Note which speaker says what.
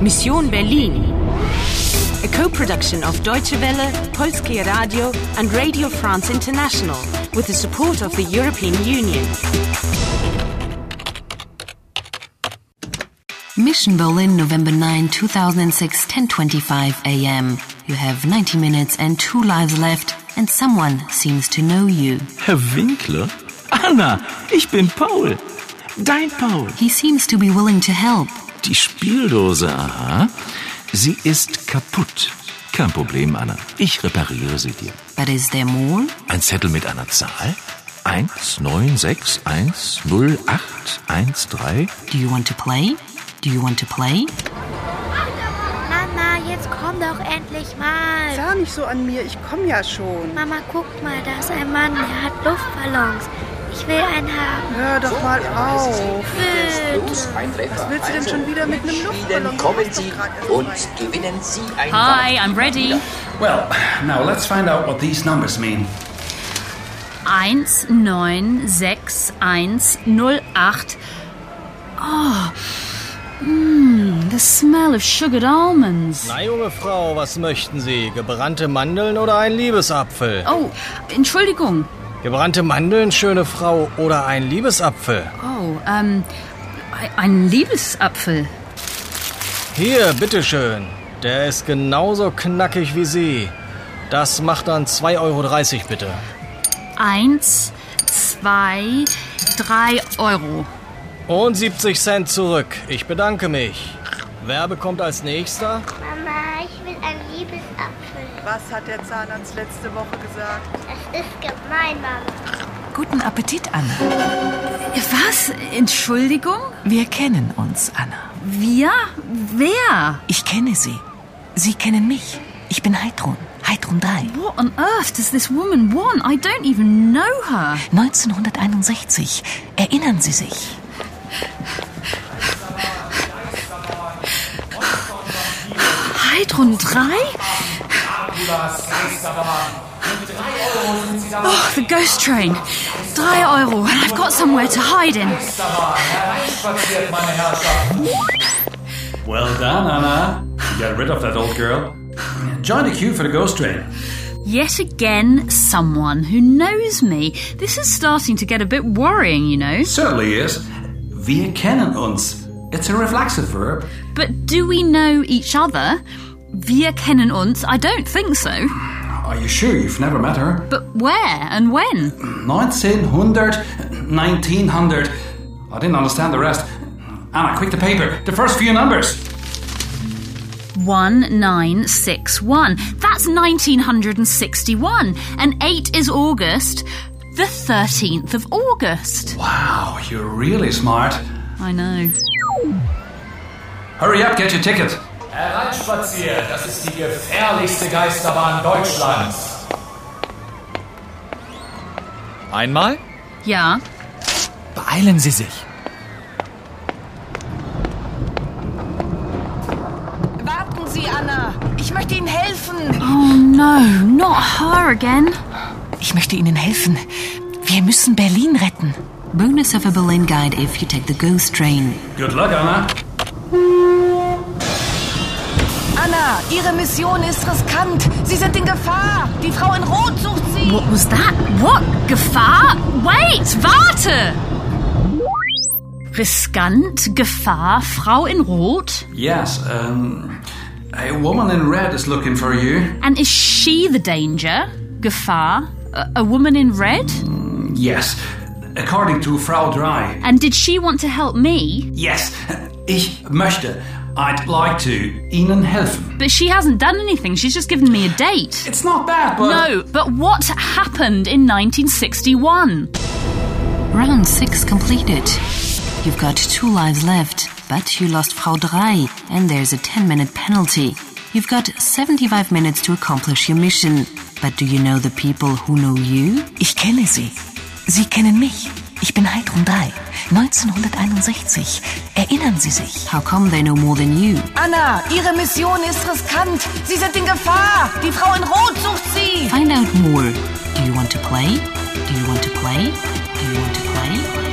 Speaker 1: Mission Berlin. A co-production of Deutsche Welle, Polskie Radio and Radio France International with the support of the European Union.
Speaker 2: Mission Berlin, November 9, 2006, 10:25 a.m. You have 90 minutes and two lives left, and someone seems to know you.
Speaker 3: Herr Winkler? Anna, ich bin Paul. Dein Paul.
Speaker 2: He seems to be willing to help.
Speaker 3: Die Spieldose, aha. Sie ist kaputt. Kein Problem, Anna. Ich repariere sie dir.
Speaker 2: But is there more?
Speaker 3: Ein Zettel mit einer Zahl? 1, 9, 6, 1, 0, 8, 1, 3.
Speaker 2: Do you want to play? Do you want to play?
Speaker 4: Mama, jetzt komm doch endlich mal.
Speaker 5: Sah nicht so an mir, ich komme ja schon.
Speaker 4: Mama, guck mal, da ist ein Mann, der hat Luftballons. Ich will einen haben.
Speaker 5: Hör doch mal auf.
Speaker 4: Bitte.
Speaker 6: Ein Treffer.
Speaker 5: Was willst du denn schon wieder mit einem Luftballon?
Speaker 6: Spielen, kommen Sie und gewinnen Sie ein
Speaker 7: Hi, I'm ready.
Speaker 8: Well, now let's find out what these numbers mean.
Speaker 7: 196108. Oh, mm, the smell of sugared almonds.
Speaker 9: Na, junge Frau, was möchten Sie? Gebrannte Mandeln oder ein Liebesapfel?
Speaker 7: Oh, Entschuldigung.
Speaker 9: Gebrannte Mandeln, schöne Frau, oder ein Liebesapfel?
Speaker 7: Oh, ähm, ein Liebesapfel.
Speaker 9: Hier, bitteschön. Der ist genauso knackig wie Sie. Das macht dann 2,30 Euro, bitte.
Speaker 7: Eins, zwei, drei Euro.
Speaker 9: Und 70 Cent zurück. Ich bedanke mich. Wer bekommt als nächster?
Speaker 4: Mama, ich will einen Liebesapfel.
Speaker 5: Was hat der Zahnarzt letzte Woche gesagt?
Speaker 4: Das ist gemein, Mama.
Speaker 10: Guten Appetit, Anna.
Speaker 7: Was? Entschuldigung?
Speaker 10: Wir kennen uns, Anna.
Speaker 7: Wir? Wer?
Speaker 10: Ich kenne Sie. Sie kennen mich. Ich bin Heidrun. Heidrun 3.
Speaker 7: What on earth does this woman want? I don't even know her.
Speaker 10: 1961. Erinnern Sie sich?
Speaker 7: Heidrun 3? Oh, the ghost train. Drei Euro, and I've got somewhere to hide in.
Speaker 8: Well done, Anna. You got rid of that old girl. Join the queue for the ghost train.
Speaker 7: Yet again, someone who knows me. This is starting to get a bit worrying, you know.
Speaker 8: Certainly is. Wir kennen uns. It's a reflexive verb.
Speaker 7: But do we know each other? Wir kennen uns? I don't think so.
Speaker 8: Are you sure you've never met her?
Speaker 7: But where and when?
Speaker 8: 1900, 1900. I didn't understand the rest. Anna, quick the paper. The first few numbers.
Speaker 7: 1961. That's 1961. And 8 is August, the 13th of August.
Speaker 8: Wow, Oh, you're really smart.
Speaker 7: I know.
Speaker 8: Hurry up, get your ticket.
Speaker 11: Hereinspaziert, das ist die gefährlichste Geisterbahn Deutschlands.
Speaker 9: Einmal?
Speaker 7: Yeah.
Speaker 9: Beeilen Sie sich.
Speaker 5: Warten Sie, Anna. Ich möchte Ihnen helfen.
Speaker 7: Oh no, not her again.
Speaker 10: Ich möchte Ihnen helfen. Wir müssen Berlin retten.
Speaker 2: Bonus of a Berlin guide if you take the ghost train.
Speaker 8: Good luck, Anna.
Speaker 5: Anna, Ihre Mission ist riskant. Sie sind in Gefahr. Die Frau in Rot sucht Sie.
Speaker 7: What was that? What? Gefahr? Wait, warte! Riskant, Gefahr, Frau in Rot?
Speaker 8: Yes, um, a woman in red is looking for you.
Speaker 7: And is she the danger? Gefahr? A, a woman in red?
Speaker 8: Yes, according to Frau Drei.
Speaker 7: And did she want to help me?
Speaker 8: Yes, ich möchte. I'd like to. Ihnen helfen.
Speaker 7: But she hasn't done anything, she's just given me a date.
Speaker 8: It's not bad, but.
Speaker 7: No, but what happened in 1961?
Speaker 2: Round 6 completed. You've got two lives left, but you lost Frau Drei, and there's a 10 minute penalty. You've got 75 minutes to accomplish your mission. But do you know the people who know you?
Speaker 10: Ich kenne Sie. Sie kennen mich. Ich bin Heidrun 3. 1961. Erinnern Sie sich?
Speaker 2: How come they know more than you?
Speaker 5: Anna, Ihre Mission ist riskant. Sie sind in Gefahr. Die Frau in Rot sucht Sie.
Speaker 2: Find out more. Do you want to play? Do you want to play? Do you want to play?